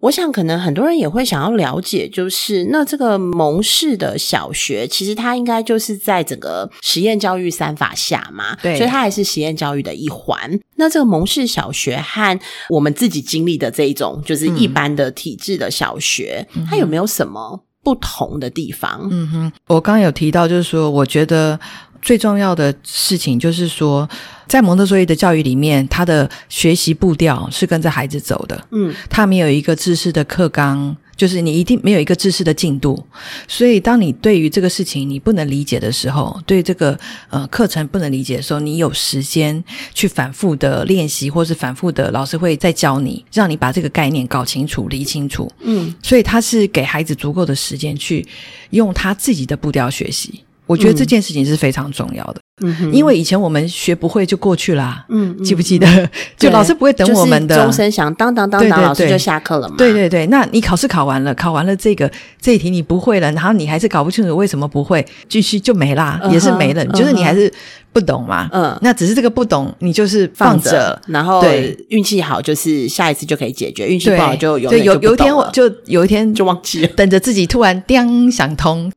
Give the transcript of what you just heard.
我想，可能很多人也会想要了解，就是那这个蒙氏的小学，其实它应该就是在整个实验教育三法下嘛，对所以它还是实验教育的一环。那这个蒙氏小学和我们自己经历的这一种，就是嗯一般的体制的小学，它有没有什么不同的地方？嗯哼，我刚刚有提到，就是说，我觉得最重要的事情就是说，在蒙特梭利的教育里面，他的学习步调是跟着孩子走的，嗯他没有一个制式的课纲。就是你一定没有一个制式的进度，所以当你对于这个事情你不能理解的时候，对这个呃课程不能理解的时候，你有时间去反复的练习，或是反复的老师会再教你，让你把这个概念搞清楚、理清楚。嗯所以他是给孩子足够的时间去用他自己的步调学习。我觉得这件事情是非常重要的，嗯哼，因为以前我们学不会就过去啦，嗯嗯记不记得？就老师不会等我们的。就是钟声响，当当当对对当，对老师就下课了嘛。对对对，那你考试考完了，考完了这个这一题你不会了，然后你还是搞不清楚为什么不会，继续就没啦，嗯哼也是没了，嗯哼就是你还是不懂嘛。嗯那只是这个不懂，你就是放放着，然后对运气好就是下一次就可以解决，运气对不好就永对远有就有不一天懂我了就有一天就忘记了。等着自己突然叮想通，